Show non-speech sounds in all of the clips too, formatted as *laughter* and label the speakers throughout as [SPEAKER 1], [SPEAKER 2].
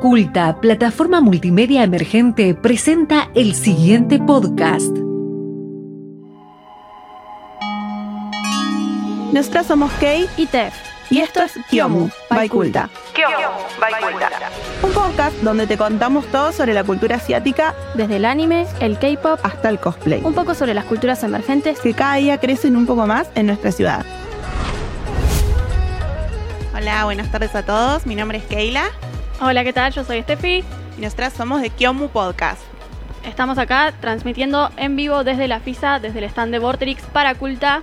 [SPEAKER 1] Culta, plataforma multimedia emergente, presenta el siguiente podcast.
[SPEAKER 2] Nosotras somos Kay
[SPEAKER 3] y E Tef.
[SPEAKER 2] y esto es Kiomu by Culta,
[SPEAKER 4] Kyomu by Culta.
[SPEAKER 2] un podcast donde te contamos todo sobre la cultura asiática
[SPEAKER 3] Desde el anime, el K-pop,
[SPEAKER 2] hasta el cosplay,
[SPEAKER 3] un poco sobre las culturas emergentes.
[SPEAKER 2] que cada día crecen un poco más en nuestra ciudad. Hola, buenas tardes a todos. Mi nombre es Keila
[SPEAKER 3] Hola, ¿qué tal? Yo soy Steffi.
[SPEAKER 2] y nosotras somos de Kiomu Podcast.
[SPEAKER 3] Estamos acá transmitiendo en vivo desde la FISA, desde el stand de Vortrix para Culta.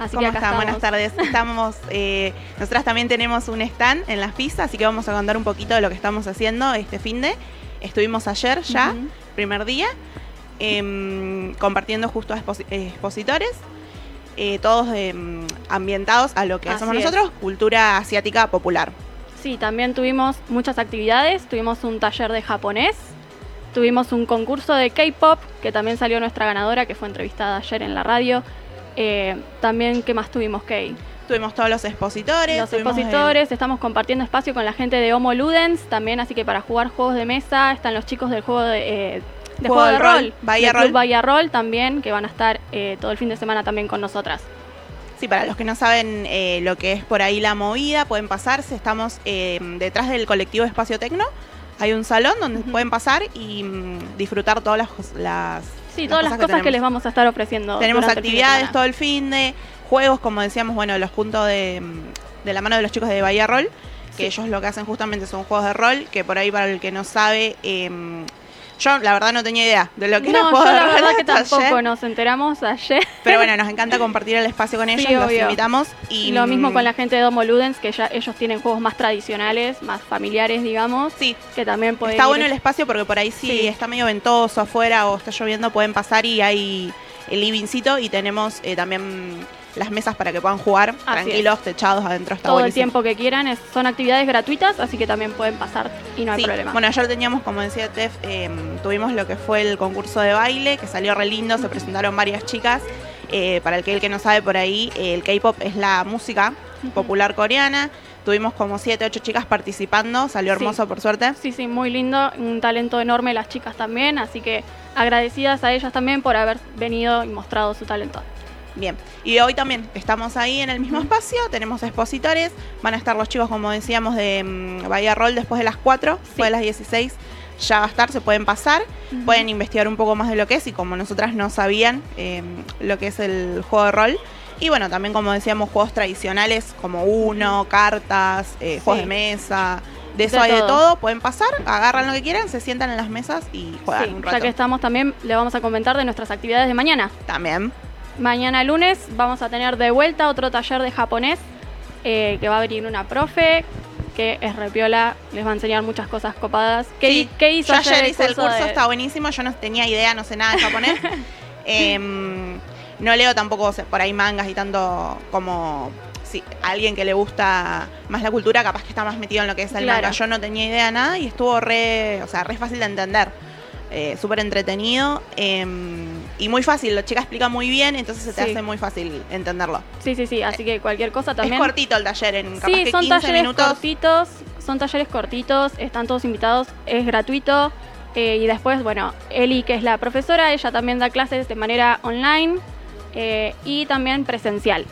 [SPEAKER 3] Así que
[SPEAKER 2] ¿Cómo
[SPEAKER 3] acá
[SPEAKER 2] están?
[SPEAKER 3] estamos.
[SPEAKER 2] Buenas tardes. *laughs* Estamos, eh, nosotras también tenemos un stand en las pizzas, así que vamos a contar un poquito de lo que estamos haciendo este fin de. Estuvimos ayer ya,
[SPEAKER 3] Ujú.
[SPEAKER 2] primer día, em, compartiendo justo a exposi- eh, expositores, eh, todos em, ambientados a lo que
[SPEAKER 3] Así
[SPEAKER 2] hacemos
[SPEAKER 3] es.
[SPEAKER 2] nosotros, cultura asiática popular.
[SPEAKER 3] Sí, también tuvimos muchas actividades. Tuvimos un taller de japonés. Tuvimos un concurso de K-pop, que también salió nuestra ganadora, que fue entrevistada ayer en la radio. Eh, también, ¿qué más tuvimos, Kay?
[SPEAKER 2] Tuvimos todos los expositores.
[SPEAKER 3] Los
[SPEAKER 2] tuvimos, eh,
[SPEAKER 3] expositores, estamos compartiendo espacio con la gente de Homo Ludens también, así que para jugar juegos de mesa están los chicos del juego de, eh, de
[SPEAKER 2] Juego
[SPEAKER 3] juego
[SPEAKER 2] del
[SPEAKER 3] de
[SPEAKER 2] rol,
[SPEAKER 3] rol,
[SPEAKER 2] Bahía
[SPEAKER 3] del
[SPEAKER 2] Rol.
[SPEAKER 3] Club Bahía Rol también, que van a estar eh, todo el fin de semana también con nosotras.
[SPEAKER 2] Sí, para los que no saben eh, lo que es por ahí la movida, pueden pasarse. Estamos eh, detrás del colectivo Espacio Tecno. Hay un salón donde
[SPEAKER 3] Ujú.
[SPEAKER 2] pueden pasar y mm, disfrutar todas las cos- las
[SPEAKER 3] Sí, todas las cosas que, les
[SPEAKER 2] tenemos.
[SPEAKER 3] vamos a estar ofreciendo.
[SPEAKER 2] Tenemos
[SPEAKER 3] durante el fin de
[SPEAKER 2] actividades
[SPEAKER 3] semana.
[SPEAKER 2] todo el fin de juegos, como decíamos, bueno, los puntos de, mm, de la mano de los chicos de Bahía Roll, que
[SPEAKER 3] Sí.
[SPEAKER 2] ellos lo que hacen justamente son juegos de rol, que por ahí para el que no sabe, em, yo la verdad no tenía idea de lo que era
[SPEAKER 3] No, yo
[SPEAKER 2] juego de
[SPEAKER 3] la
[SPEAKER 2] rol *laughs*
[SPEAKER 3] verdad que
[SPEAKER 2] hasta ayer.
[SPEAKER 3] tampoco *laughs* nos enteramos ayer.
[SPEAKER 2] Pero bueno, nos encanta compartir el espacio con
[SPEAKER 3] Sí,
[SPEAKER 2] ellos, los
[SPEAKER 3] obvio.
[SPEAKER 2] invitamos. Y
[SPEAKER 3] Y lo mismo
[SPEAKER 2] mm,
[SPEAKER 3] con la gente de Homo Ludens, que ya ellos tienen juegos más tradicionales, más familiares, digamos,
[SPEAKER 2] mm, Sí,
[SPEAKER 3] que también pueden
[SPEAKER 2] está
[SPEAKER 3] ir-
[SPEAKER 2] bueno el espacio porque por ahí si
[SPEAKER 3] Sí.
[SPEAKER 2] está medio ventoso afuera o está lloviendo pueden pasar y hay el livingcito y tenemos eh, también las mesas para que puedan jugar tranquilos, techados adentro. Está
[SPEAKER 3] todo el
[SPEAKER 2] buenísimo.
[SPEAKER 3] tiempo que quieran. es- son actividades gratuitas, así que también pueden pasar y no hay
[SPEAKER 2] Sí.
[SPEAKER 3] problema.
[SPEAKER 2] Bueno, ayer teníamos, como decía Tef, eh, tuvimos lo que fue el concurso de baile, que salió re lindo, se presentaron varias chicas. Eh, para el que, el que no sabe por ahí, eh, el K-pop es la música
[SPEAKER 3] Ujú.
[SPEAKER 2] popular coreana. Tuvimos como siete, ocho chicas participando, salió
[SPEAKER 3] Sí.
[SPEAKER 2] hermoso por suerte.
[SPEAKER 3] Sí, sí, muy lindo, un talento enorme las chicas también, así que agradecidas a ellas también por haber venido y mostrado su talento.
[SPEAKER 2] Bien, y hoy también estamos ahí en el mismo
[SPEAKER 3] Ujú.
[SPEAKER 2] espacio, tenemos expositores, van a estar los chicos, como decíamos, de mm, Bahía Roll después de las 4, después de las 16 ya va a estar, se pueden pasar, pueden investigar un poco más de lo que es y como nosotras no sabían eh, lo que es el juego de rol. Y bueno, también como decíamos, juegos tradicionales como uno, cartas, eh, juegos de
[SPEAKER 3] Sí.
[SPEAKER 2] mesa, de eso
[SPEAKER 3] De
[SPEAKER 2] hay de
[SPEAKER 3] todo.
[SPEAKER 2] todo, pueden pasar, agarran lo que quieran, se sientan en las mesas y juegan
[SPEAKER 3] Sí,
[SPEAKER 2] un
[SPEAKER 3] ya
[SPEAKER 2] rato
[SPEAKER 3] que estamos también, le vamos a comentar de nuestras actividades de mañana.
[SPEAKER 2] también.
[SPEAKER 3] Mañana lunes vamos a tener de vuelta otro taller de japonés eh, que va a venir una profe que es repiola, les va a enseñar muchas cosas copadas. ¿Qué,
[SPEAKER 2] Sí,
[SPEAKER 3] qué hizo
[SPEAKER 2] Yo ayer
[SPEAKER 3] ayer
[SPEAKER 2] hice el curso,
[SPEAKER 3] de-
[SPEAKER 2] está buenísimo. Yo no tenía idea, no sé nada de
[SPEAKER 3] *laughs*
[SPEAKER 2] japonés. Em, no leo tampoco o sea, por ahí mangas y tanto como si alguien que le gusta más la cultura, capaz que está más metido en lo que es el
[SPEAKER 3] Claro.
[SPEAKER 2] manga. Yo no tenía idea de nada y estuvo re, o sea, re fácil de entender. Eh, Súper entretenido em, y muy fácil. La chica explica muy bien, entonces se te
[SPEAKER 3] Sí.
[SPEAKER 2] hace muy fácil entenderlo.
[SPEAKER 3] Sí, sí, sí, así que cualquier cosa
[SPEAKER 2] Es
[SPEAKER 3] también.
[SPEAKER 2] cortito el taller, en capaz
[SPEAKER 3] Sí,
[SPEAKER 2] que
[SPEAKER 3] son
[SPEAKER 2] 15
[SPEAKER 3] talleres
[SPEAKER 2] minutos.
[SPEAKER 3] cortitos, son talleres cortitos, están todos invitados, es gratuito. eh, y después, bueno, Eli, que es la profesora, ella también da clases de manera online eh, y también presencial.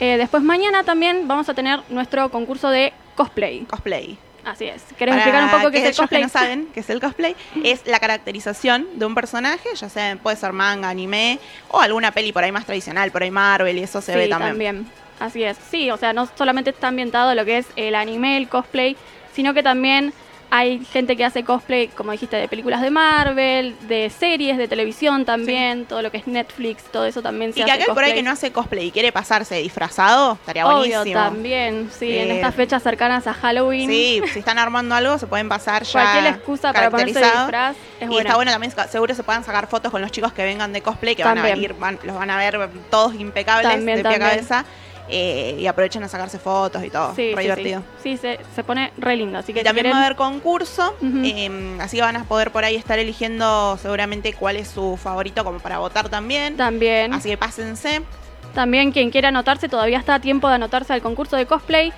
[SPEAKER 3] Eh, después mañana también vamos a tener nuestro concurso de cosplay.
[SPEAKER 2] Cosplay.
[SPEAKER 3] Así es. ¿Querés
[SPEAKER 2] Para
[SPEAKER 3] explicar un poco qué
[SPEAKER 2] que
[SPEAKER 3] es el
[SPEAKER 2] ellos
[SPEAKER 3] cosplay?
[SPEAKER 2] que no saben qué es el cosplay, es la caracterización de un personaje, ya sea puede ser manga, anime o alguna peli por ahí más tradicional, por ahí Marvel y eso se
[SPEAKER 3] sí,
[SPEAKER 2] ve también.
[SPEAKER 3] Así es. Sí, o sea, no solamente está ambientado lo que es el anime, el cosplay, sino que también hay gente que hace cosplay, como dijiste, de películas de Marvel, de series, de televisión también, todo lo que es Netflix, todo eso también se
[SPEAKER 2] Y que
[SPEAKER 3] hace.
[SPEAKER 2] aquel por ahí que
[SPEAKER 3] cosplay.
[SPEAKER 2] no hace cosplay y quiere pasarse disfrazado, estaría
[SPEAKER 3] Obvio,
[SPEAKER 2] buenísimo.
[SPEAKER 3] también, sí, en
[SPEAKER 2] Eh,
[SPEAKER 3] estas fechas cercanas a Halloween.
[SPEAKER 2] Sí, si están armando algo se pueden pasar ya.
[SPEAKER 3] Cualquier excusa para ponerse de
[SPEAKER 2] caracterizado.
[SPEAKER 3] disfraz es
[SPEAKER 2] y
[SPEAKER 3] buena.
[SPEAKER 2] está bueno también, seguro se puedan sacar fotos con los chicos que vengan de cosplay, que van a
[SPEAKER 3] También.
[SPEAKER 2] venir, van- los van a ver todos impecables
[SPEAKER 3] También,
[SPEAKER 2] de pie a
[SPEAKER 3] también.
[SPEAKER 2] cabeza. eh, y aprovechen a sacarse fotos y todo.
[SPEAKER 3] Sí,
[SPEAKER 2] re
[SPEAKER 3] sí,
[SPEAKER 2] divertido.
[SPEAKER 3] Sí, Sí, se, se pone re lindo. Así que
[SPEAKER 2] Y
[SPEAKER 3] si
[SPEAKER 2] también
[SPEAKER 3] quieren-
[SPEAKER 2] va a haber concurso,
[SPEAKER 3] Ujú.
[SPEAKER 2] eh, así que van a poder por ahí estar eligiendo seguramente cuál es su favorito como para votar también.
[SPEAKER 3] también.
[SPEAKER 2] Así que pásense.
[SPEAKER 3] También quien quiera anotarse, todavía está a tiempo de anotarse al concurso de cosplay.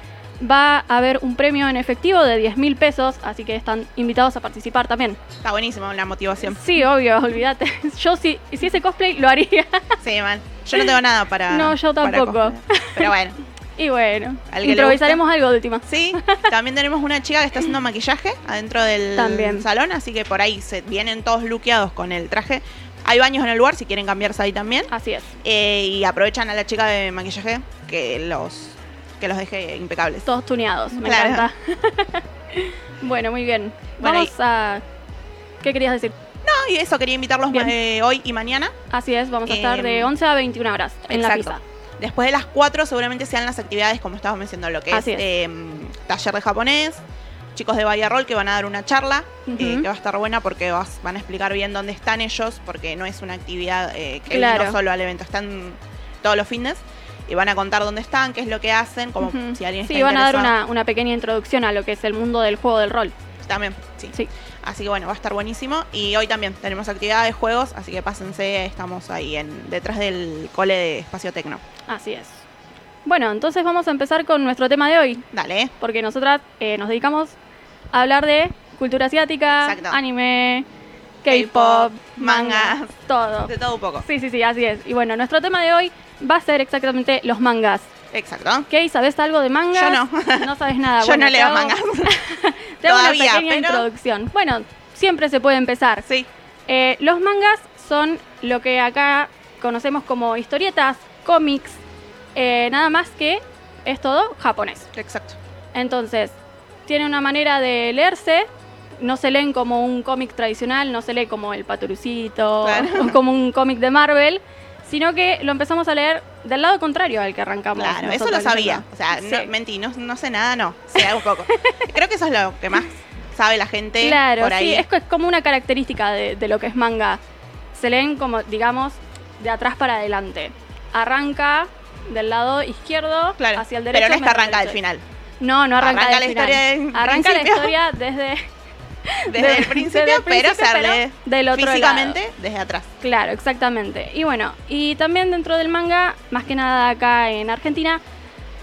[SPEAKER 3] va a haber un premio en efectivo de 10 mil pesos, así que están invitados a participar también.
[SPEAKER 2] Está buenísimo la
[SPEAKER 3] *laughs*
[SPEAKER 2] motivación.
[SPEAKER 3] Sí, obvio, olvídate. Yo si, si ese cosplay lo haría. *laughs*
[SPEAKER 2] Sí, man. Yo no tengo nada para.
[SPEAKER 3] No, yo
[SPEAKER 2] para
[SPEAKER 3] tampoco.
[SPEAKER 2] cosplay. Pero bueno.
[SPEAKER 3] Y bueno,
[SPEAKER 2] Al que le
[SPEAKER 3] improvisaremos algo de última. *laughs*
[SPEAKER 2] Sí, también tenemos una chica que está haciendo maquillaje adentro del
[SPEAKER 3] También.
[SPEAKER 2] salón, así que por ahí se vienen todos luqueados con el traje. Hay baños en el lugar si quieren cambiarse ahí también.
[SPEAKER 3] Así es.
[SPEAKER 2] Eh, y aprovechan a la chica de maquillaje que los que los deje impecables.
[SPEAKER 3] Todos tuneados, me
[SPEAKER 2] Claro.
[SPEAKER 3] encanta. *laughs* bueno, muy bien.
[SPEAKER 2] Bueno,
[SPEAKER 3] Vamos a... ¿Qué querías decir?
[SPEAKER 2] No, Ah, y eso quería invitarlos
[SPEAKER 3] Bien.
[SPEAKER 2] eh, hoy y mañana.
[SPEAKER 3] Así es, vamos a estar de
[SPEAKER 2] Em,
[SPEAKER 3] 11 a 21 horas en la
[SPEAKER 2] Exacto.
[SPEAKER 3] pizza.
[SPEAKER 2] Después de las 4 seguramente sean las actividades, como estábamos mencionando, lo que
[SPEAKER 3] Así
[SPEAKER 2] es,
[SPEAKER 3] es.
[SPEAKER 2] em, taller de japonés, chicos de Bahía Roll que van a dar una charla, eh,
[SPEAKER 3] Ujú.
[SPEAKER 2] que va a estar buena porque vas- van a explicar bien dónde están ellos, porque no es una actividad eh, que
[SPEAKER 3] Claro.
[SPEAKER 2] vino solo al evento, están todos los fines y van a contar dónde están, qué es lo que hacen, como
[SPEAKER 3] Ujú.
[SPEAKER 2] si alguien está
[SPEAKER 3] Sí, van a dar
[SPEAKER 2] interesado.
[SPEAKER 3] una, una pequeña introducción a lo que es el mundo del juego del rol.
[SPEAKER 2] También, sí.
[SPEAKER 3] Sí.
[SPEAKER 2] Así que bueno, va a estar buenísimo. Y hoy también tenemos actividades, juegos, así que pásense, estamos ahí en detrás del cole de Espacio Tecno.
[SPEAKER 3] Así es. Bueno, entonces vamos a empezar con nuestro tema de hoy,
[SPEAKER 2] Dale, ¿eh?
[SPEAKER 3] porque nosotras eh, nos dedicamos a hablar de cultura asiática,
[SPEAKER 2] Exacto.
[SPEAKER 3] anime,
[SPEAKER 2] K-pop,
[SPEAKER 3] K-pop, mangas,
[SPEAKER 2] mangas.
[SPEAKER 3] todo.
[SPEAKER 2] de todo un poco.
[SPEAKER 3] Sí, sí, sí, así es. Y bueno, nuestro tema de hoy va a ser exactamente los mangas.
[SPEAKER 2] Exacto.
[SPEAKER 3] ¿Key, sabes algo de mangas?
[SPEAKER 2] Yo no.
[SPEAKER 3] No sabes
[SPEAKER 2] *laughs*
[SPEAKER 3] nada.
[SPEAKER 2] Yo
[SPEAKER 3] Ah, Bueno,
[SPEAKER 2] no
[SPEAKER 3] te
[SPEAKER 2] leo
[SPEAKER 3] hago-
[SPEAKER 2] mangas.
[SPEAKER 3] *laughs* Te hago una
[SPEAKER 2] Todavía,
[SPEAKER 3] pequeña
[SPEAKER 2] pero-
[SPEAKER 3] introducción. Bueno, siempre se puede empezar.
[SPEAKER 2] sí,
[SPEAKER 3] Eh, los mangas son lo que acá conocemos como historietas, cómics, eh, nada más que es todo japonés.
[SPEAKER 2] exacto.
[SPEAKER 3] Entonces, tiene una manera de leerse, no se leen como un cómic tradicional, no se lee como el Paturucito
[SPEAKER 2] Claro.
[SPEAKER 3] o como un cómic de Marvel, sino que lo empezamos a leer del lado contrario al que arrancamos.
[SPEAKER 2] Claro, eso
[SPEAKER 3] nosotros
[SPEAKER 2] lo sabía.
[SPEAKER 3] leyendo.
[SPEAKER 2] O sea, no,
[SPEAKER 3] Sí.
[SPEAKER 2] mentí, no, no sé nada, no. Sé un
[SPEAKER 3] *laughs*
[SPEAKER 2] poco. Creo que eso es lo que más sabe la gente
[SPEAKER 3] Claro,
[SPEAKER 2] por ahí.
[SPEAKER 3] sí, es, co- es como una característica de, de lo que es manga. Se leen como, digamos, de atrás para adelante. Arranca del lado izquierdo
[SPEAKER 2] claro.
[SPEAKER 3] hacia el derecho.
[SPEAKER 2] pero no es que
[SPEAKER 3] menos
[SPEAKER 2] arranca del
[SPEAKER 3] derecho.
[SPEAKER 2] final.
[SPEAKER 3] No, no arranca,
[SPEAKER 2] Arranca
[SPEAKER 3] del
[SPEAKER 2] la historia
[SPEAKER 3] final.
[SPEAKER 2] del
[SPEAKER 3] Arranca
[SPEAKER 2] principio.
[SPEAKER 3] la historia desde,
[SPEAKER 2] *laughs* Desde
[SPEAKER 3] de-
[SPEAKER 2] el principio,
[SPEAKER 3] desde el
[SPEAKER 2] pero
[SPEAKER 3] principio, pero
[SPEAKER 2] sale
[SPEAKER 3] del otro lado.
[SPEAKER 2] físicamente desde atrás.
[SPEAKER 3] Claro, exactamente. Y bueno, y también dentro del manga, más que nada acá en Argentina,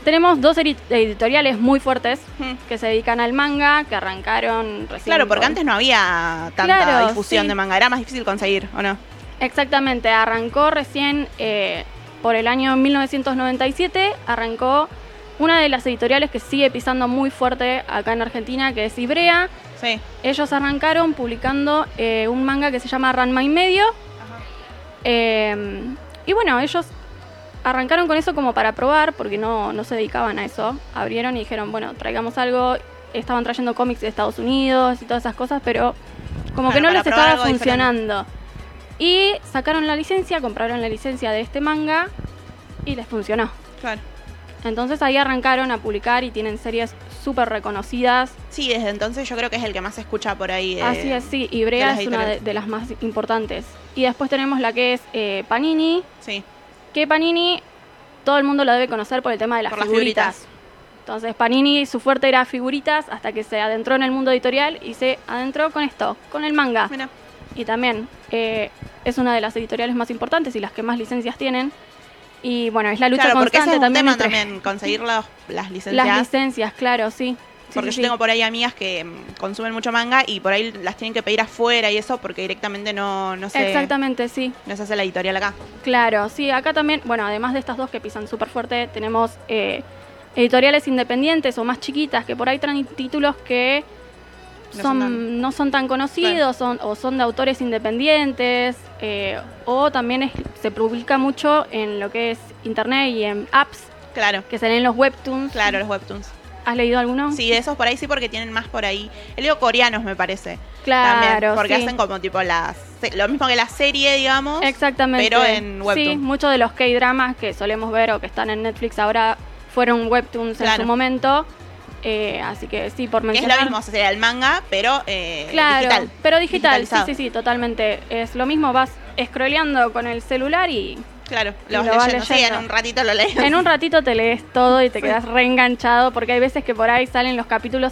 [SPEAKER 3] tenemos dos eri- editoriales muy fuertes
[SPEAKER 2] Mm.
[SPEAKER 3] que se dedican al manga, que arrancaron recién.
[SPEAKER 2] Claro, porque
[SPEAKER 3] con-
[SPEAKER 2] antes no había tanta
[SPEAKER 3] Claro,
[SPEAKER 2] difusión
[SPEAKER 3] sí.
[SPEAKER 2] de manga, era más difícil conseguir, ¿o no?
[SPEAKER 3] Exactamente, arrancó recién eh, por el año 1997, arrancó una de las editoriales que sigue pisando muy fuerte acá en Argentina, que es Ibrea.
[SPEAKER 2] Sí.
[SPEAKER 3] Ellos arrancaron publicando eh, un manga que se llama Ranma y medio. Eh, y bueno, ellos arrancaron con eso como para probar, porque no, no se dedicaban a eso. Abrieron y dijeron, bueno, traigamos algo. Estaban trayendo cómics de Estados Unidos y todas esas cosas, pero como
[SPEAKER 2] Claro,
[SPEAKER 3] que no
[SPEAKER 2] para
[SPEAKER 3] les
[SPEAKER 2] probar
[SPEAKER 3] estaba
[SPEAKER 2] algo diferente.
[SPEAKER 3] funcionando. Y sacaron la licencia, compraron la licencia de este manga y les funcionó.
[SPEAKER 2] Claro.
[SPEAKER 3] Entonces ahí arrancaron a publicar y tienen series súper reconocidas.
[SPEAKER 2] Sí, desde entonces yo creo que es el que más se escucha por ahí. eh, de-
[SPEAKER 3] Así es, sí,
[SPEAKER 2] de
[SPEAKER 3] Ibrea
[SPEAKER 2] las
[SPEAKER 3] es una de,
[SPEAKER 2] editoriales.
[SPEAKER 3] de las más importantes. Y después tenemos la que es eh, Panini,
[SPEAKER 2] Sí,
[SPEAKER 3] que Panini todo el mundo lo debe conocer por el tema de las,
[SPEAKER 2] por las
[SPEAKER 3] figuritas.
[SPEAKER 2] figuritas.
[SPEAKER 3] Entonces Panini, su fuerte era figuritas hasta que se adentró en el mundo editorial y se adentró con esto, con el manga.
[SPEAKER 2] Mira,
[SPEAKER 3] Y también eh, es una de las editoriales más importantes y las que más licencias tienen. Y bueno, es la lucha
[SPEAKER 2] claro, porque ese
[SPEAKER 3] constante
[SPEAKER 2] es un
[SPEAKER 3] también
[SPEAKER 2] tema
[SPEAKER 3] entre
[SPEAKER 2] también, conseguir los- las licencias.
[SPEAKER 3] las licencias, claro, sí. Sí,
[SPEAKER 2] porque yo
[SPEAKER 3] sí, sí.
[SPEAKER 2] tengo por ahí amigas que mm, consumen mucho manga y por ahí las tienen que pedir afuera y eso porque directamente no, no, se,
[SPEAKER 3] Exactamente, sí.
[SPEAKER 2] no se hace la editorial acá.
[SPEAKER 3] Claro, sí, acá también, bueno, además de estas dos que pisan súper fuerte, tenemos eh, editoriales independientes o más chiquitas que por ahí traen títulos que
[SPEAKER 2] No son
[SPEAKER 3] son,
[SPEAKER 2] tan-
[SPEAKER 3] no son tan conocidos son, o son de autores independientes eh, o también es- se publica mucho en lo que es internet y en apps
[SPEAKER 2] Claro,
[SPEAKER 3] que se leen los webtoons.
[SPEAKER 2] claro, los webtoons.
[SPEAKER 3] ¿Has leído alguno?
[SPEAKER 2] Sí, de esos por ahí sí porque tienen más por ahí. He leído coreanos, me parece. también,
[SPEAKER 3] claro.
[SPEAKER 2] porque
[SPEAKER 3] sí.
[SPEAKER 2] hacen como tipo las... Lo mismo que la serie, digamos.
[SPEAKER 3] Exactamente.
[SPEAKER 2] pero en webtoon.
[SPEAKER 3] Sí, muchos de los K-dramas que solemos ver o que están en Netflix ahora fueron webtoons en
[SPEAKER 2] Claro.
[SPEAKER 3] su momento. Eh, así que sí, por
[SPEAKER 2] Que es
[SPEAKER 3] mencionar.
[SPEAKER 2] lo mismo, o sea, el manga, pero eh,
[SPEAKER 3] Claro,
[SPEAKER 2] digital.
[SPEAKER 3] pero digital, sí,
[SPEAKER 2] Digitalizado.
[SPEAKER 3] sí, sí, totalmente. Es lo mismo, vas scrolleando con el
[SPEAKER 2] *laughs*
[SPEAKER 3] celular y
[SPEAKER 2] Claro,
[SPEAKER 3] Y
[SPEAKER 2] lo vas
[SPEAKER 3] lo vas
[SPEAKER 2] leyendo. Sí,
[SPEAKER 3] leyendo.
[SPEAKER 2] en un ratito lo lees.
[SPEAKER 3] en un ratito te lees todo y te quedas reenganchado porque hay veces que por ahí salen los capítulos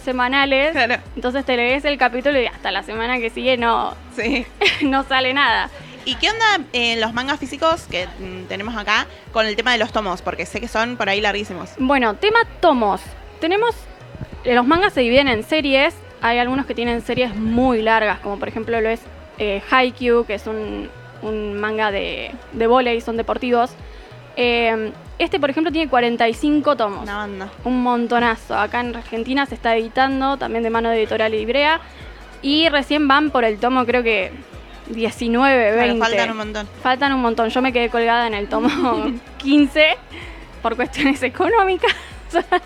[SPEAKER 2] *laughs*
[SPEAKER 3] semanales.
[SPEAKER 2] Claro,
[SPEAKER 3] Entonces te lees el capítulo y hasta la semana que sigue no, *laughs*
[SPEAKER 2] sí.
[SPEAKER 3] no sale nada.
[SPEAKER 2] ¿Y qué onda eh, los mangas físicos que mm, tenemos acá con el tema de los tomos? Porque sé que son por ahí larguísimos.
[SPEAKER 3] Bueno, tema tomos. Tenemos, eh, los mangas se dividen en series, hay algunos que tienen series muy largas, como por ejemplo lo es eh, Haikyuu, que es un, un manga de, de volei, son deportivos. Eh, este, por ejemplo, tiene 45 tomos
[SPEAKER 2] Una banda.
[SPEAKER 3] un montonazo. Acá en Argentina se está editando, también de mano de Editorial Ibrea. Y recién van por el tomo, creo que 19, 20.
[SPEAKER 2] Claro, faltan un montón.
[SPEAKER 3] Faltan un montón. Yo me quedé colgada en el tomo 15 por cuestiones económicas. *laughs*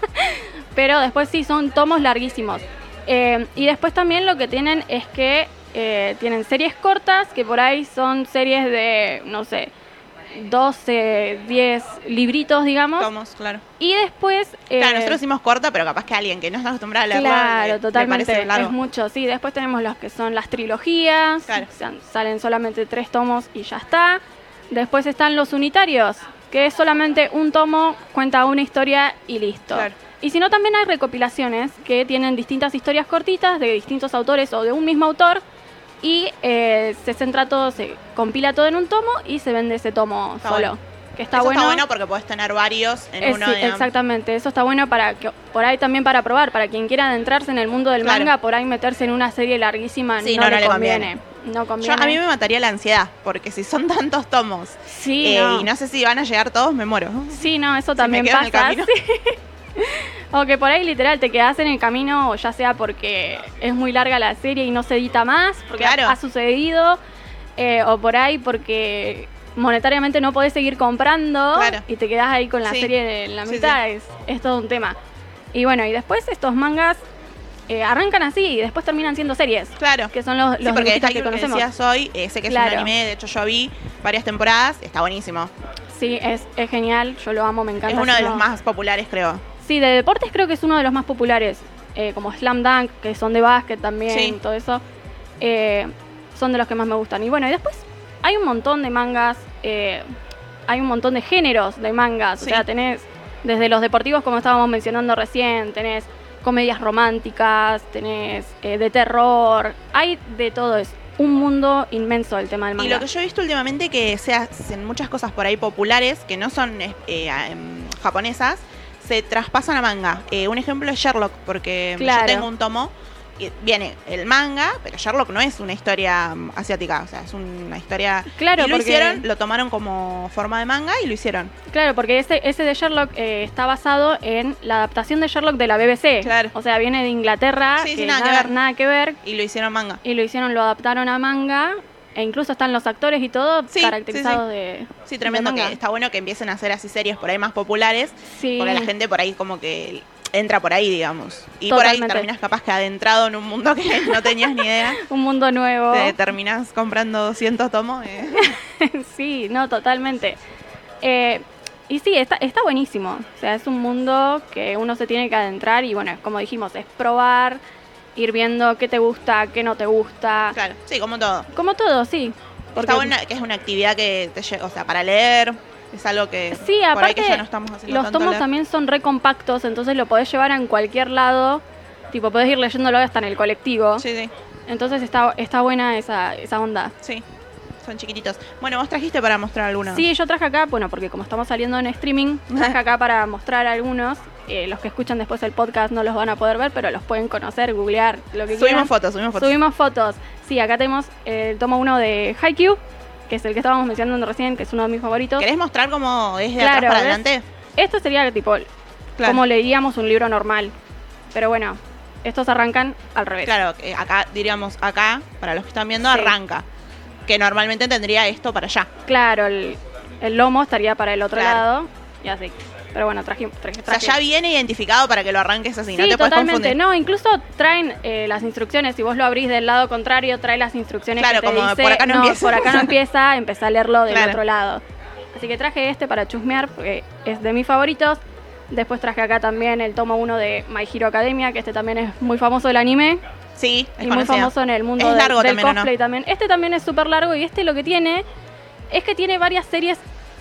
[SPEAKER 3] Pero después sí, son tomos larguísimos. Eh, y después también lo que tienen es que eh, tienen series cortas, que por ahí son series de, no sé, 12, 10 libritos, digamos.
[SPEAKER 2] Tomos, claro.
[SPEAKER 3] Y después... eh,
[SPEAKER 2] Claro, nosotros hicimos corta, pero capaz que alguien que no está acostumbrado a leerla
[SPEAKER 3] Claro,
[SPEAKER 2] le- le
[SPEAKER 3] totalmente.
[SPEAKER 2] parece largo.
[SPEAKER 3] Es mucho, sí. Después tenemos los que son las trilogías.
[SPEAKER 2] Claro.
[SPEAKER 3] o sea, salen solamente tres tomos y ya está. Después están los unitarios, que es solamente un tomo, cuenta una historia y listo.
[SPEAKER 2] Claro.
[SPEAKER 3] Y si no, también hay recopilaciones que tienen distintas historias cortitas de distintos autores o de un mismo autor. Y eh, se centra todo, se compila todo en un tomo y se vende ese tomo
[SPEAKER 2] Está
[SPEAKER 3] solo.
[SPEAKER 2] bueno.
[SPEAKER 3] Que está
[SPEAKER 2] Eso
[SPEAKER 3] bueno.
[SPEAKER 2] está bueno porque podés tener varios en
[SPEAKER 3] Eh,
[SPEAKER 2] uno.
[SPEAKER 3] sí,
[SPEAKER 2] digamos.
[SPEAKER 3] exactamente, eso está bueno para que, por ahí también para probar, para quien quiera adentrarse en el mundo del
[SPEAKER 2] Claro.
[SPEAKER 3] manga, por ahí meterse en una serie larguísima
[SPEAKER 2] Sí,
[SPEAKER 3] no,
[SPEAKER 2] no,
[SPEAKER 3] le
[SPEAKER 2] no le
[SPEAKER 3] conviene.
[SPEAKER 2] conviene.
[SPEAKER 3] No
[SPEAKER 2] Yo,
[SPEAKER 3] conviene.
[SPEAKER 2] a mí me mataría la ansiedad, porque si son *laughs* tantos tomos
[SPEAKER 3] Sí,
[SPEAKER 2] eh,
[SPEAKER 3] no.
[SPEAKER 2] y no sé si van a llegar todos, me muero.
[SPEAKER 3] Sí, no, eso
[SPEAKER 2] me
[SPEAKER 3] también
[SPEAKER 2] quedo en el
[SPEAKER 3] pasa.
[SPEAKER 2] camino.
[SPEAKER 3] sí. o que por ahí literal te quedas en el camino, o ya sea porque es muy larga la serie y no se edita más, porque
[SPEAKER 2] Claro.
[SPEAKER 3] ha sucedido, eh, o por ahí porque monetariamente no podés seguir comprando
[SPEAKER 2] Claro.
[SPEAKER 3] y te quedás ahí con la
[SPEAKER 2] Sí.
[SPEAKER 3] serie en la
[SPEAKER 2] Sí,
[SPEAKER 3] mitad, Es, es todo un tema. Y bueno, y después estos mangas eh, arrancan así y después terminan siendo series,
[SPEAKER 2] *laughs* Claro.
[SPEAKER 3] que son los,
[SPEAKER 2] Sí,
[SPEAKER 3] los
[SPEAKER 2] porque
[SPEAKER 3] dibujitos
[SPEAKER 2] hay
[SPEAKER 3] que
[SPEAKER 2] uno que
[SPEAKER 3] conocemos.
[SPEAKER 2] decías hoy, eh, sé que es
[SPEAKER 3] Claro.
[SPEAKER 2] un anime, de hecho yo vi varias temporadas, está buenísimo.
[SPEAKER 3] Sí, es, es genial, yo lo amo, me encanta.
[SPEAKER 2] es uno de los
[SPEAKER 3] no-
[SPEAKER 2] más populares, creo.
[SPEAKER 3] Sí, de deportes creo que es uno de los más populares, eh, como Slam Dunk, que son de básquet también,
[SPEAKER 2] Sí.
[SPEAKER 3] todo eso. eh, son de los que más me gustan. Y bueno, y después hay un montón de mangas, eh, hay un montón de géneros de mangas. O
[SPEAKER 2] Sí.
[SPEAKER 3] sea, tenés desde los deportivos, como estábamos mencionando recién, tenés comedias románticas, tenés eh, de terror, hay de todo, es un mundo inmenso el tema
[SPEAKER 2] Y
[SPEAKER 3] del manga.
[SPEAKER 2] lo que yo he visto últimamente que se hacen muchas cosas por ahí populares que no son eh, eh, a- em, japonesas, se traspasan a manga. Eh, un ejemplo es Sherlock, porque
[SPEAKER 3] Claro.
[SPEAKER 2] yo tengo un tomo y viene el manga, pero Sherlock no es una historia mm, asiática, o sea, es una historia...
[SPEAKER 3] Claro,
[SPEAKER 2] y lo
[SPEAKER 3] porque-
[SPEAKER 2] hicieron, lo tomaron como forma de manga y lo hicieron.
[SPEAKER 3] Claro, porque ese, ese de Sherlock eh, está basado en la adaptación de Sherlock de la BBC.
[SPEAKER 2] Claro.
[SPEAKER 3] O sea, viene de Inglaterra,
[SPEAKER 2] Sí, sí,
[SPEAKER 3] que nada,
[SPEAKER 2] nada que ver.
[SPEAKER 3] nada que ver,
[SPEAKER 2] Y lo hicieron manga.
[SPEAKER 3] y lo hicieron, lo adaptaron a manga, e incluso están los actores y todo
[SPEAKER 2] Sí,
[SPEAKER 3] caracterizados de...
[SPEAKER 2] Sí, tremendo
[SPEAKER 3] de
[SPEAKER 2] que
[SPEAKER 3] manga.
[SPEAKER 2] está bueno que empiecen a hacer así series por ahí más populares,
[SPEAKER 3] Sí,
[SPEAKER 2] porque la gente por ahí como que entra por ahí, digamos. Y por ahí
[SPEAKER 3] Totalmente.
[SPEAKER 2] terminas capaz que adentrado en un mundo que *laughs* no tenías ni idea.
[SPEAKER 3] un mundo nuevo.
[SPEAKER 2] Te terminás comprando 200 tomos. eh.
[SPEAKER 3] *laughs* sí, no, totalmente. Eh, y sí, está, está buenísimo. O sea, es un mundo que uno se tiene que adentrar y bueno, como dijimos, es probar, ir viendo qué te gusta, qué no te gusta.
[SPEAKER 2] Claro, sí, como todo.
[SPEAKER 3] Como todo, sí.
[SPEAKER 2] Está bueno que es una actividad que te lleva, o sea, para leer, es algo que
[SPEAKER 3] Sí,
[SPEAKER 2] por ahí que
[SPEAKER 3] aparte,
[SPEAKER 2] ya no estamos haciendo
[SPEAKER 3] Los
[SPEAKER 2] tanto
[SPEAKER 3] tomos
[SPEAKER 2] leer.
[SPEAKER 3] también son re compactos, entonces lo podés llevar en cualquier lado. Tipo, podés ir leyéndolo hasta en el colectivo.
[SPEAKER 2] Sí, sí,
[SPEAKER 3] Entonces está, está buena esa, esa onda.
[SPEAKER 2] sí. Son chiquititos. Bueno, vos trajiste para mostrar algunos.
[SPEAKER 3] Sí, yo traje acá, bueno, porque como estamos saliendo
[SPEAKER 2] *laughs*
[SPEAKER 3] en streaming, traje acá para mostrar algunos. Eh, los que escuchan después el podcast no los van a poder ver, pero los pueden conocer, googlear, lo que quieran.
[SPEAKER 2] Subimos fotos, subimos fotos.
[SPEAKER 3] Subimos fotos. Sí, acá tenemos el tomo 1 de Haikyuu, que es el que estábamos mencionando recién, que es uno de mis favoritos.
[SPEAKER 2] ¿Querés mostrar cómo es de
[SPEAKER 3] Claro,
[SPEAKER 2] atrás para
[SPEAKER 3] ¿ves?
[SPEAKER 2] adelante?
[SPEAKER 3] Esto sería tipo
[SPEAKER 2] Claro.
[SPEAKER 3] como leeríamos un libro normal. Pero bueno, estos arrancan al revés.
[SPEAKER 2] Claro, que acá, diríamos, acá, para los que están viendo,
[SPEAKER 3] Sí.
[SPEAKER 2] arranca. Que normalmente tendría esto para allá.
[SPEAKER 3] Claro, el, el lomo estaría para el otro
[SPEAKER 2] Claro.
[SPEAKER 3] lado y así. Pero bueno, traje. traje,
[SPEAKER 2] O sea,
[SPEAKER 3] traje.
[SPEAKER 2] ya viene identificado para que lo arranques así,
[SPEAKER 3] Sí,
[SPEAKER 2] no te puedes
[SPEAKER 3] totalmente.
[SPEAKER 2] confundir.
[SPEAKER 3] No, incluso traen eh, las instrucciones. Si vos lo abrís del lado contrario, trae las instrucciones
[SPEAKER 2] Claro,
[SPEAKER 3] que te
[SPEAKER 2] como
[SPEAKER 3] dice,
[SPEAKER 2] por acá no empieza".
[SPEAKER 3] por acá
[SPEAKER 2] *laughs*
[SPEAKER 3] no empieza, empezá a leerlo del
[SPEAKER 2] Claro.
[SPEAKER 3] otro lado. Así que traje este para chusmear, porque es de mis favoritos. Después traje acá también el tomo 1 de My Hero Academia, que este también es muy famoso del anime.
[SPEAKER 2] Sí, es
[SPEAKER 3] y muy
[SPEAKER 2] conocido.
[SPEAKER 3] famoso en el mundo
[SPEAKER 2] Es
[SPEAKER 3] del-
[SPEAKER 2] largo
[SPEAKER 3] del
[SPEAKER 2] también, ¿o no?
[SPEAKER 3] cosplay también. Este también es súper largo y este lo que tiene es que tiene varias series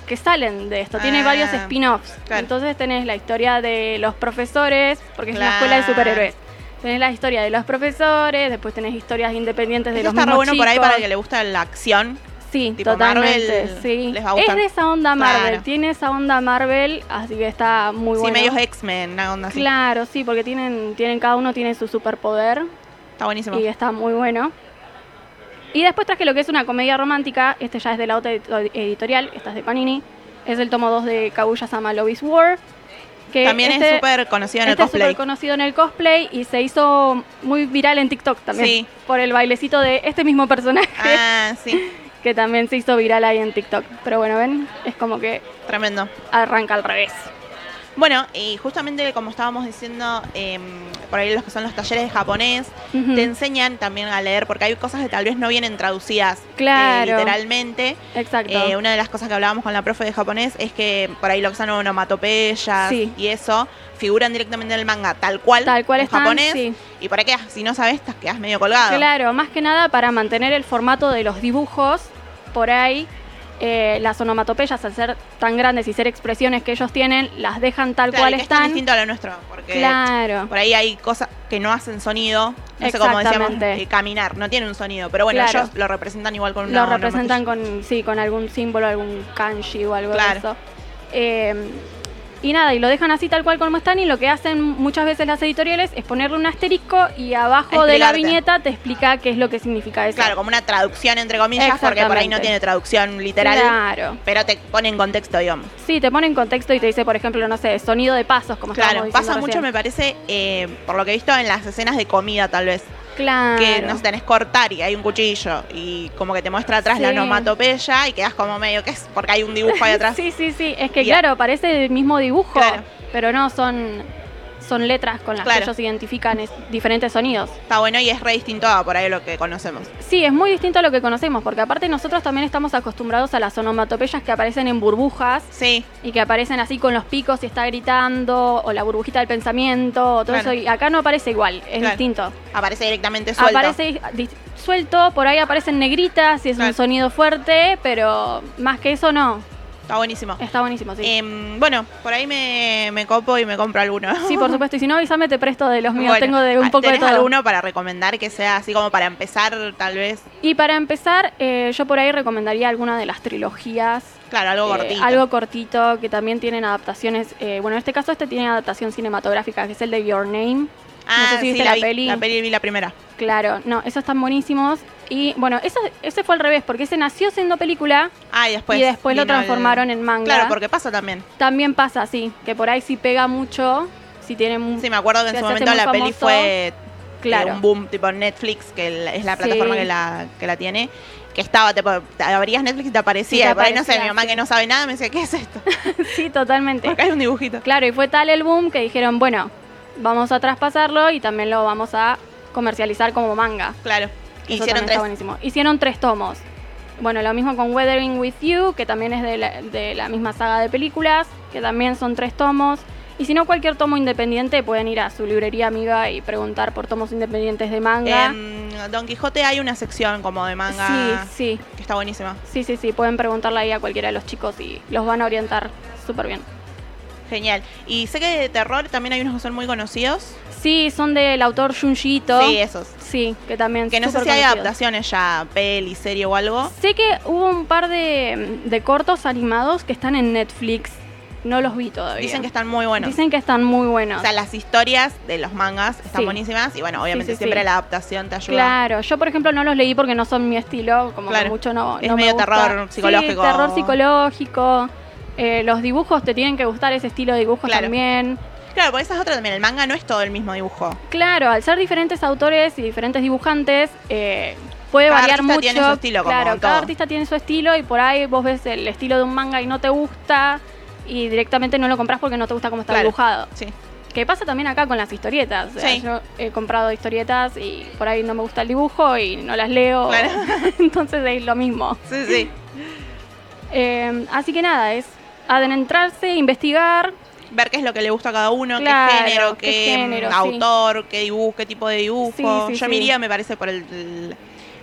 [SPEAKER 3] que salen de esto, tiene
[SPEAKER 2] Ah,
[SPEAKER 3] varios spin-offs.
[SPEAKER 2] claro.
[SPEAKER 3] Entonces tenés la historia de los profesores, porque es una escuela de
[SPEAKER 2] Claro.
[SPEAKER 3] superhéroes. Tenés la historia de los profesores, después tenés historias independientes de
[SPEAKER 2] Eso
[SPEAKER 3] los
[SPEAKER 2] está re
[SPEAKER 3] mismos
[SPEAKER 2] bueno por ahí
[SPEAKER 3] chicos.
[SPEAKER 2] para el que le gusta la acción.
[SPEAKER 3] Sí,
[SPEAKER 2] Tipo
[SPEAKER 3] totalmente.
[SPEAKER 2] Marvel,
[SPEAKER 3] sí.
[SPEAKER 2] les va a
[SPEAKER 3] es
[SPEAKER 2] gustar.
[SPEAKER 3] de esa onda
[SPEAKER 2] Claro.
[SPEAKER 3] Marvel, tiene esa onda Marvel, así que está muy
[SPEAKER 2] sí,
[SPEAKER 3] bueno.
[SPEAKER 2] medios X-Men, una onda así.
[SPEAKER 3] Claro, sí, porque tienen, tienen cada uno tiene su superpoder
[SPEAKER 2] Está buenísimo.
[SPEAKER 3] y está muy bueno. Y después traje lo que es una comedia romántica, este ya es de la otra edito- editorial, esta es de Panini, es el tomo 2 de Kaguya-sama Love is War. Que
[SPEAKER 2] También
[SPEAKER 3] este-
[SPEAKER 2] es súper conocido en
[SPEAKER 3] este
[SPEAKER 2] el
[SPEAKER 3] es súper
[SPEAKER 2] cosplay.
[SPEAKER 3] conocido en el cosplay y se hizo muy viral en TikTok también.
[SPEAKER 2] Sí.
[SPEAKER 3] Por el bailecito de este mismo personaje
[SPEAKER 2] *laughs* Ah, sí,
[SPEAKER 3] que también se hizo viral ahí en TikTok. Pero bueno, ven, es como que
[SPEAKER 2] tremendo.
[SPEAKER 3] arranca al revés.
[SPEAKER 2] Bueno, y justamente como estábamos diciendo, em, por ahí los que son los talleres de japonés,
[SPEAKER 3] Ujú.
[SPEAKER 2] te enseñan también a leer, porque hay cosas que tal vez no vienen traducidas eh,
[SPEAKER 3] Claro.
[SPEAKER 2] literalmente.
[SPEAKER 3] Exacto.
[SPEAKER 2] Eh, una de las cosas que hablábamos con la profe de japonés es que por ahí lo que son onomatopeyas
[SPEAKER 3] Sí.
[SPEAKER 2] y eso figuran directamente en el manga, tal cual,
[SPEAKER 3] Tal cual
[SPEAKER 2] en
[SPEAKER 3] están,
[SPEAKER 2] japonés.
[SPEAKER 3] sí.
[SPEAKER 2] Y por ahí quedas, si no sabes, te quedas medio colgado.
[SPEAKER 3] Claro, más que nada para mantener el formato de los dibujos, por ahí eh, las onomatopeyas al ser tan grandes y ser expresiones que ellos tienen, las dejan tal
[SPEAKER 2] Claro,
[SPEAKER 3] cual
[SPEAKER 2] y que es tan
[SPEAKER 3] están.
[SPEAKER 2] distinto a lo nuestro, porque
[SPEAKER 3] claro.
[SPEAKER 2] por ahí hay cosas que no hacen sonido. No sé cómo decíamos,
[SPEAKER 3] Exactamente.
[SPEAKER 2] eh, caminar, no tiene un sonido, pero bueno,
[SPEAKER 3] Claro.
[SPEAKER 2] ellos lo representan igual con una
[SPEAKER 3] lo representan
[SPEAKER 2] onomatopeya.
[SPEAKER 3] con sí con algún símbolo algún kanji o algo
[SPEAKER 2] Claro.
[SPEAKER 3] de eso Eh, y nada y lo dejan así tal cual como están y lo que hacen muchas veces las editoriales es ponerle un asterisco y abajo de la
[SPEAKER 2] Explicarte.
[SPEAKER 3] viñeta te explica qué es lo que significa eso
[SPEAKER 2] Claro, como una traducción entre comillas, porque por ahí no
[SPEAKER 3] Exactamente.
[SPEAKER 2] tiene traducción literal,
[SPEAKER 3] Claro.
[SPEAKER 2] pero te pone en contexto, digamos.
[SPEAKER 3] sí te pone en contexto y te dice por ejemplo no sé sonido de pasos como
[SPEAKER 2] Claro,
[SPEAKER 3] estábamos
[SPEAKER 2] pasa
[SPEAKER 3] diciendo
[SPEAKER 2] mucho, me parece,
[SPEAKER 3] recién.
[SPEAKER 2] eh, por lo que he visto en las escenas de comida, tal vez.
[SPEAKER 3] claro
[SPEAKER 2] Que no sé, tenés cortar y hay un cuchillo y como que te muestra atrás la
[SPEAKER 3] Sí.
[SPEAKER 2] onomatopeya y quedas como medio, ¿qué es? Porque hay un dibujo ahí atrás.
[SPEAKER 3] *laughs* sí sí sí es que
[SPEAKER 2] Y-
[SPEAKER 3] claro parece el mismo dibujo
[SPEAKER 2] Claro.
[SPEAKER 3] pero no son son letras con las
[SPEAKER 2] Claro.
[SPEAKER 3] que ellos identifican es- diferentes sonidos
[SPEAKER 2] Está bueno y es re distinto a por ahí lo que conocemos.
[SPEAKER 3] Sí, es muy distinto a lo que conocemos, porque aparte nosotros también estamos acostumbrados a las onomatopeyas que aparecen en burbujas
[SPEAKER 2] Sí,
[SPEAKER 3] y que aparecen así con los picos y está gritando, o la burbujita del pensamiento, o todo
[SPEAKER 2] Claro.
[SPEAKER 3] eso. Y acá no aparece igual, es
[SPEAKER 2] Claro.
[SPEAKER 3] distinto.
[SPEAKER 2] aparece directamente suelto.
[SPEAKER 3] Aparece dis- suelto, por ahí aparecen negritas y es
[SPEAKER 2] Claro.
[SPEAKER 3] un sonido fuerte, pero más que eso no.
[SPEAKER 2] Está buenísimo.
[SPEAKER 3] Está buenísimo, sí.
[SPEAKER 2] Em, bueno, por ahí me, me copo y me compro alguno. *laughs*
[SPEAKER 3] Sí, por supuesto. Y si no, avísame, te presto de los míos.
[SPEAKER 2] Bueno, ah,
[SPEAKER 3] Tengo de un poco de
[SPEAKER 2] ¿tenés
[SPEAKER 3] todo.
[SPEAKER 2] alguno para recomendar que sea así como para empezar, tal vez?
[SPEAKER 3] Y para empezar, eh, yo por ahí recomendaría alguna de las trilogías
[SPEAKER 2] Claro, algo
[SPEAKER 3] Eh,
[SPEAKER 2] gordito.
[SPEAKER 3] algo cortito, que también tienen adaptaciones. eh, bueno, en este caso este tiene adaptación cinematográfica, que es el de Your Name.
[SPEAKER 2] Ah,
[SPEAKER 3] no sé si
[SPEAKER 2] sí,
[SPEAKER 3] viste
[SPEAKER 2] la,
[SPEAKER 3] la
[SPEAKER 2] vi,
[SPEAKER 3] peli.
[SPEAKER 2] La peli vi la primera.
[SPEAKER 3] Claro, no, esos están buenísimos. Y bueno, esa- ese fue al revés, porque ese nació siendo película
[SPEAKER 2] Ah, y después.
[SPEAKER 3] y después lo
[SPEAKER 2] vino el-
[SPEAKER 3] transformaron en manga.
[SPEAKER 2] Claro, porque pasa también.
[SPEAKER 3] También pasa, sí, que por ahí sí pega mucho, si tienen un...
[SPEAKER 2] Sí, me acuerdo que en
[SPEAKER 3] Se
[SPEAKER 2] su
[SPEAKER 3] hace
[SPEAKER 2] momento
[SPEAKER 3] muy
[SPEAKER 2] la peli
[SPEAKER 3] famoso.
[SPEAKER 2] fue eh,
[SPEAKER 3] claro.
[SPEAKER 2] un boom, tipo Netflix, que la- es la
[SPEAKER 3] Sí.
[SPEAKER 2] plataforma que, la, que la tiene. Que estaba, tipo, te abrías Netflix y te aparecía.
[SPEAKER 3] Y te
[SPEAKER 2] y por ahí no sé,
[SPEAKER 3] aparecía,
[SPEAKER 2] mi mamá
[SPEAKER 3] sí.
[SPEAKER 2] que no sabe nada me decía, ¿qué es esto?
[SPEAKER 3] sí, totalmente.
[SPEAKER 2] Acá *laughs* hay un dibujito.
[SPEAKER 3] Claro, y fue tal el boom que dijeron, bueno, vamos a traspasarlo y también lo vamos a comercializar como manga.
[SPEAKER 2] Claro.
[SPEAKER 3] Eso
[SPEAKER 2] Hicieron
[SPEAKER 3] también
[SPEAKER 2] tres.
[SPEAKER 3] Está buenísimo. Hicieron tres tomos. Bueno, lo mismo con Weathering with You, que también es de la, de la misma saga de películas, que también son tres tomos. Y si no, cualquier tomo independiente pueden ir a su librería amiga y preguntar por tomos independientes de manga.
[SPEAKER 2] Em, Don Quijote hay una sección como de manga
[SPEAKER 3] Sí, sí,
[SPEAKER 2] que está buenísima.
[SPEAKER 3] sí, sí, sí. Pueden preguntarle ahí a cualquiera de los chicos y los van a orientar súper bien.
[SPEAKER 2] Genial. Y sé que de terror también hay unos que son muy conocidos.
[SPEAKER 3] Sí, son del autor Junji Ito.
[SPEAKER 2] Sí, esos.
[SPEAKER 3] Sí, que también
[SPEAKER 2] Que no sé si
[SPEAKER 3] súper
[SPEAKER 2] hay
[SPEAKER 3] conocidos.
[SPEAKER 2] adaptaciones ya, peli, serie o algo.
[SPEAKER 3] Sé que hubo un par de, de cortos animados que están en Netflix. No los vi todavía.
[SPEAKER 2] Dicen que están muy buenos.
[SPEAKER 3] Dicen que están muy buenos.
[SPEAKER 2] O sea, las historias de los mangas están
[SPEAKER 3] Sí.
[SPEAKER 2] buenísimas y bueno, obviamente
[SPEAKER 3] sí,
[SPEAKER 2] siempre
[SPEAKER 3] sí.
[SPEAKER 2] la adaptación te ayuda.
[SPEAKER 3] claro, yo por ejemplo no los leí porque no son mi estilo, como
[SPEAKER 2] Claro.
[SPEAKER 3] que mucho no.
[SPEAKER 2] Es
[SPEAKER 3] no me
[SPEAKER 2] medio
[SPEAKER 3] gusta.
[SPEAKER 2] terror psicológico.
[SPEAKER 3] Sí, terror psicológico. Eh, los dibujos te tienen que gustar ese estilo de dibujos
[SPEAKER 2] Claro.
[SPEAKER 3] también.
[SPEAKER 2] Claro, porque esa es otra también. El manga no es todo el mismo dibujo.
[SPEAKER 3] Claro, al ser diferentes autores y diferentes dibujantes, eh, puede
[SPEAKER 2] Cada
[SPEAKER 3] variar
[SPEAKER 2] artista
[SPEAKER 3] mucho.
[SPEAKER 2] tiene su estilo, como
[SPEAKER 3] claro,
[SPEAKER 2] en
[SPEAKER 3] cada
[SPEAKER 2] todo.
[SPEAKER 3] artista tiene su estilo y por ahí vos ves el estilo de un manga y no te gusta y directamente no lo compras porque no te gusta cómo está
[SPEAKER 2] Claro.
[SPEAKER 3] dibujado.
[SPEAKER 2] Sí.
[SPEAKER 3] Que pasa también acá con las historietas. O sea,
[SPEAKER 2] Sí.
[SPEAKER 3] Yo he comprado historietas y por ahí no me gusta el dibujo y no las leo. *laughs*
[SPEAKER 2] Claro. *laughs*
[SPEAKER 3] Entonces es lo mismo.
[SPEAKER 2] Sí, sí.
[SPEAKER 3] Eh, así que nada, es adentrarse, investigar.
[SPEAKER 2] Ver qué es lo que le gusta a cada uno,
[SPEAKER 3] Claro,
[SPEAKER 2] qué género, qué,
[SPEAKER 3] qué género,
[SPEAKER 2] mm,
[SPEAKER 3] sí.
[SPEAKER 2] autor, qué dibujo, qué tipo de dibujo.
[SPEAKER 3] Sí, sí,
[SPEAKER 2] Yo
[SPEAKER 3] sí.
[SPEAKER 2] me iría, me parece, por el,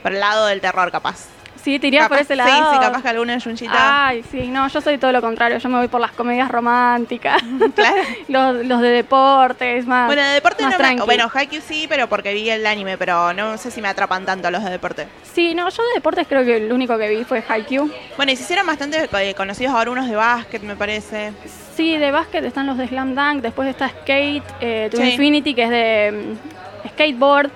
[SPEAKER 2] por el lado del terror, capaz.
[SPEAKER 3] Sí, te irías
[SPEAKER 2] Capaz-
[SPEAKER 3] por ese
[SPEAKER 2] Sí,
[SPEAKER 3] lado. Ah.
[SPEAKER 2] sí, capaz que alguna yunchita.
[SPEAKER 3] Ay, sí, no, yo soy todo lo contrario. Yo me voy por las comedias románticas,
[SPEAKER 2] *laughs*
[SPEAKER 3] *laughs*
[SPEAKER 2] claro.
[SPEAKER 3] los, los de deportes, más.
[SPEAKER 2] Bueno, de deporte
[SPEAKER 3] Ah. más
[SPEAKER 2] no
[SPEAKER 3] tranqui.
[SPEAKER 2] me. Bueno, Haikyuu sí, pero porque vi el anime, pero no sé si me atrapan tanto los de deporte.
[SPEAKER 3] Sí, no, yo de deportes creo que el único que vi fue Haikyuu.
[SPEAKER 2] Bueno, y se hicieron bastante eh, conocidos ahora unos de básquet, me parece.
[SPEAKER 3] Sí, de básquet están los de Slam Dunk, después está Skate, eh, To
[SPEAKER 2] Sí.
[SPEAKER 3] Infinity, que es de mm, skateboard.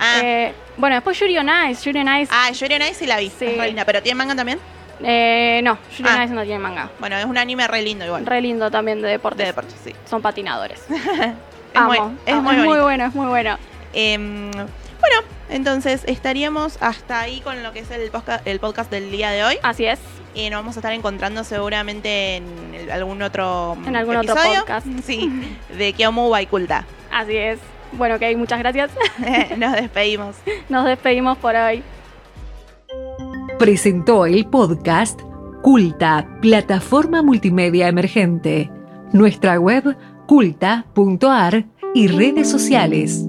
[SPEAKER 2] Ah,
[SPEAKER 3] Eh, bueno, después Yuri on Ice, Yuri on Ice.
[SPEAKER 2] ah Yuri on Ice sí la vi.
[SPEAKER 3] Sí.
[SPEAKER 2] es re linda, pero ¿tiene manga también?
[SPEAKER 3] eh, no, Yuri on
[SPEAKER 2] Ah.
[SPEAKER 3] Ice no tiene manga.
[SPEAKER 2] Bueno, es un anime re lindo igual.
[SPEAKER 3] Re lindo también de deportes.
[SPEAKER 2] de deporte, sí.
[SPEAKER 3] Son patinadores.
[SPEAKER 2] *laughs* Es
[SPEAKER 3] Amo.
[SPEAKER 2] muy,
[SPEAKER 3] Ah,
[SPEAKER 2] es muy bonito.
[SPEAKER 3] bueno, es muy bueno.
[SPEAKER 2] Em, bueno, entonces estaríamos hasta ahí con lo que es el podcast, el podcast del día de hoy.
[SPEAKER 3] Así es.
[SPEAKER 2] Y nos vamos a estar encontrando seguramente en el- algún otro
[SPEAKER 3] En algún otro
[SPEAKER 2] episodio.
[SPEAKER 3] podcast.
[SPEAKER 2] Sí,
[SPEAKER 3] *laughs*
[SPEAKER 2] de Kiomu Baikulta.
[SPEAKER 3] Así es. Bueno, ok, muchas gracias.
[SPEAKER 2] *laughs*
[SPEAKER 3] *laughs*
[SPEAKER 2] Nos despedimos.
[SPEAKER 3] Nos despedimos por hoy.
[SPEAKER 1] Presentó el podcast Culta, plataforma multimedia emergente. Nuestra web culta.ar y redes sociales.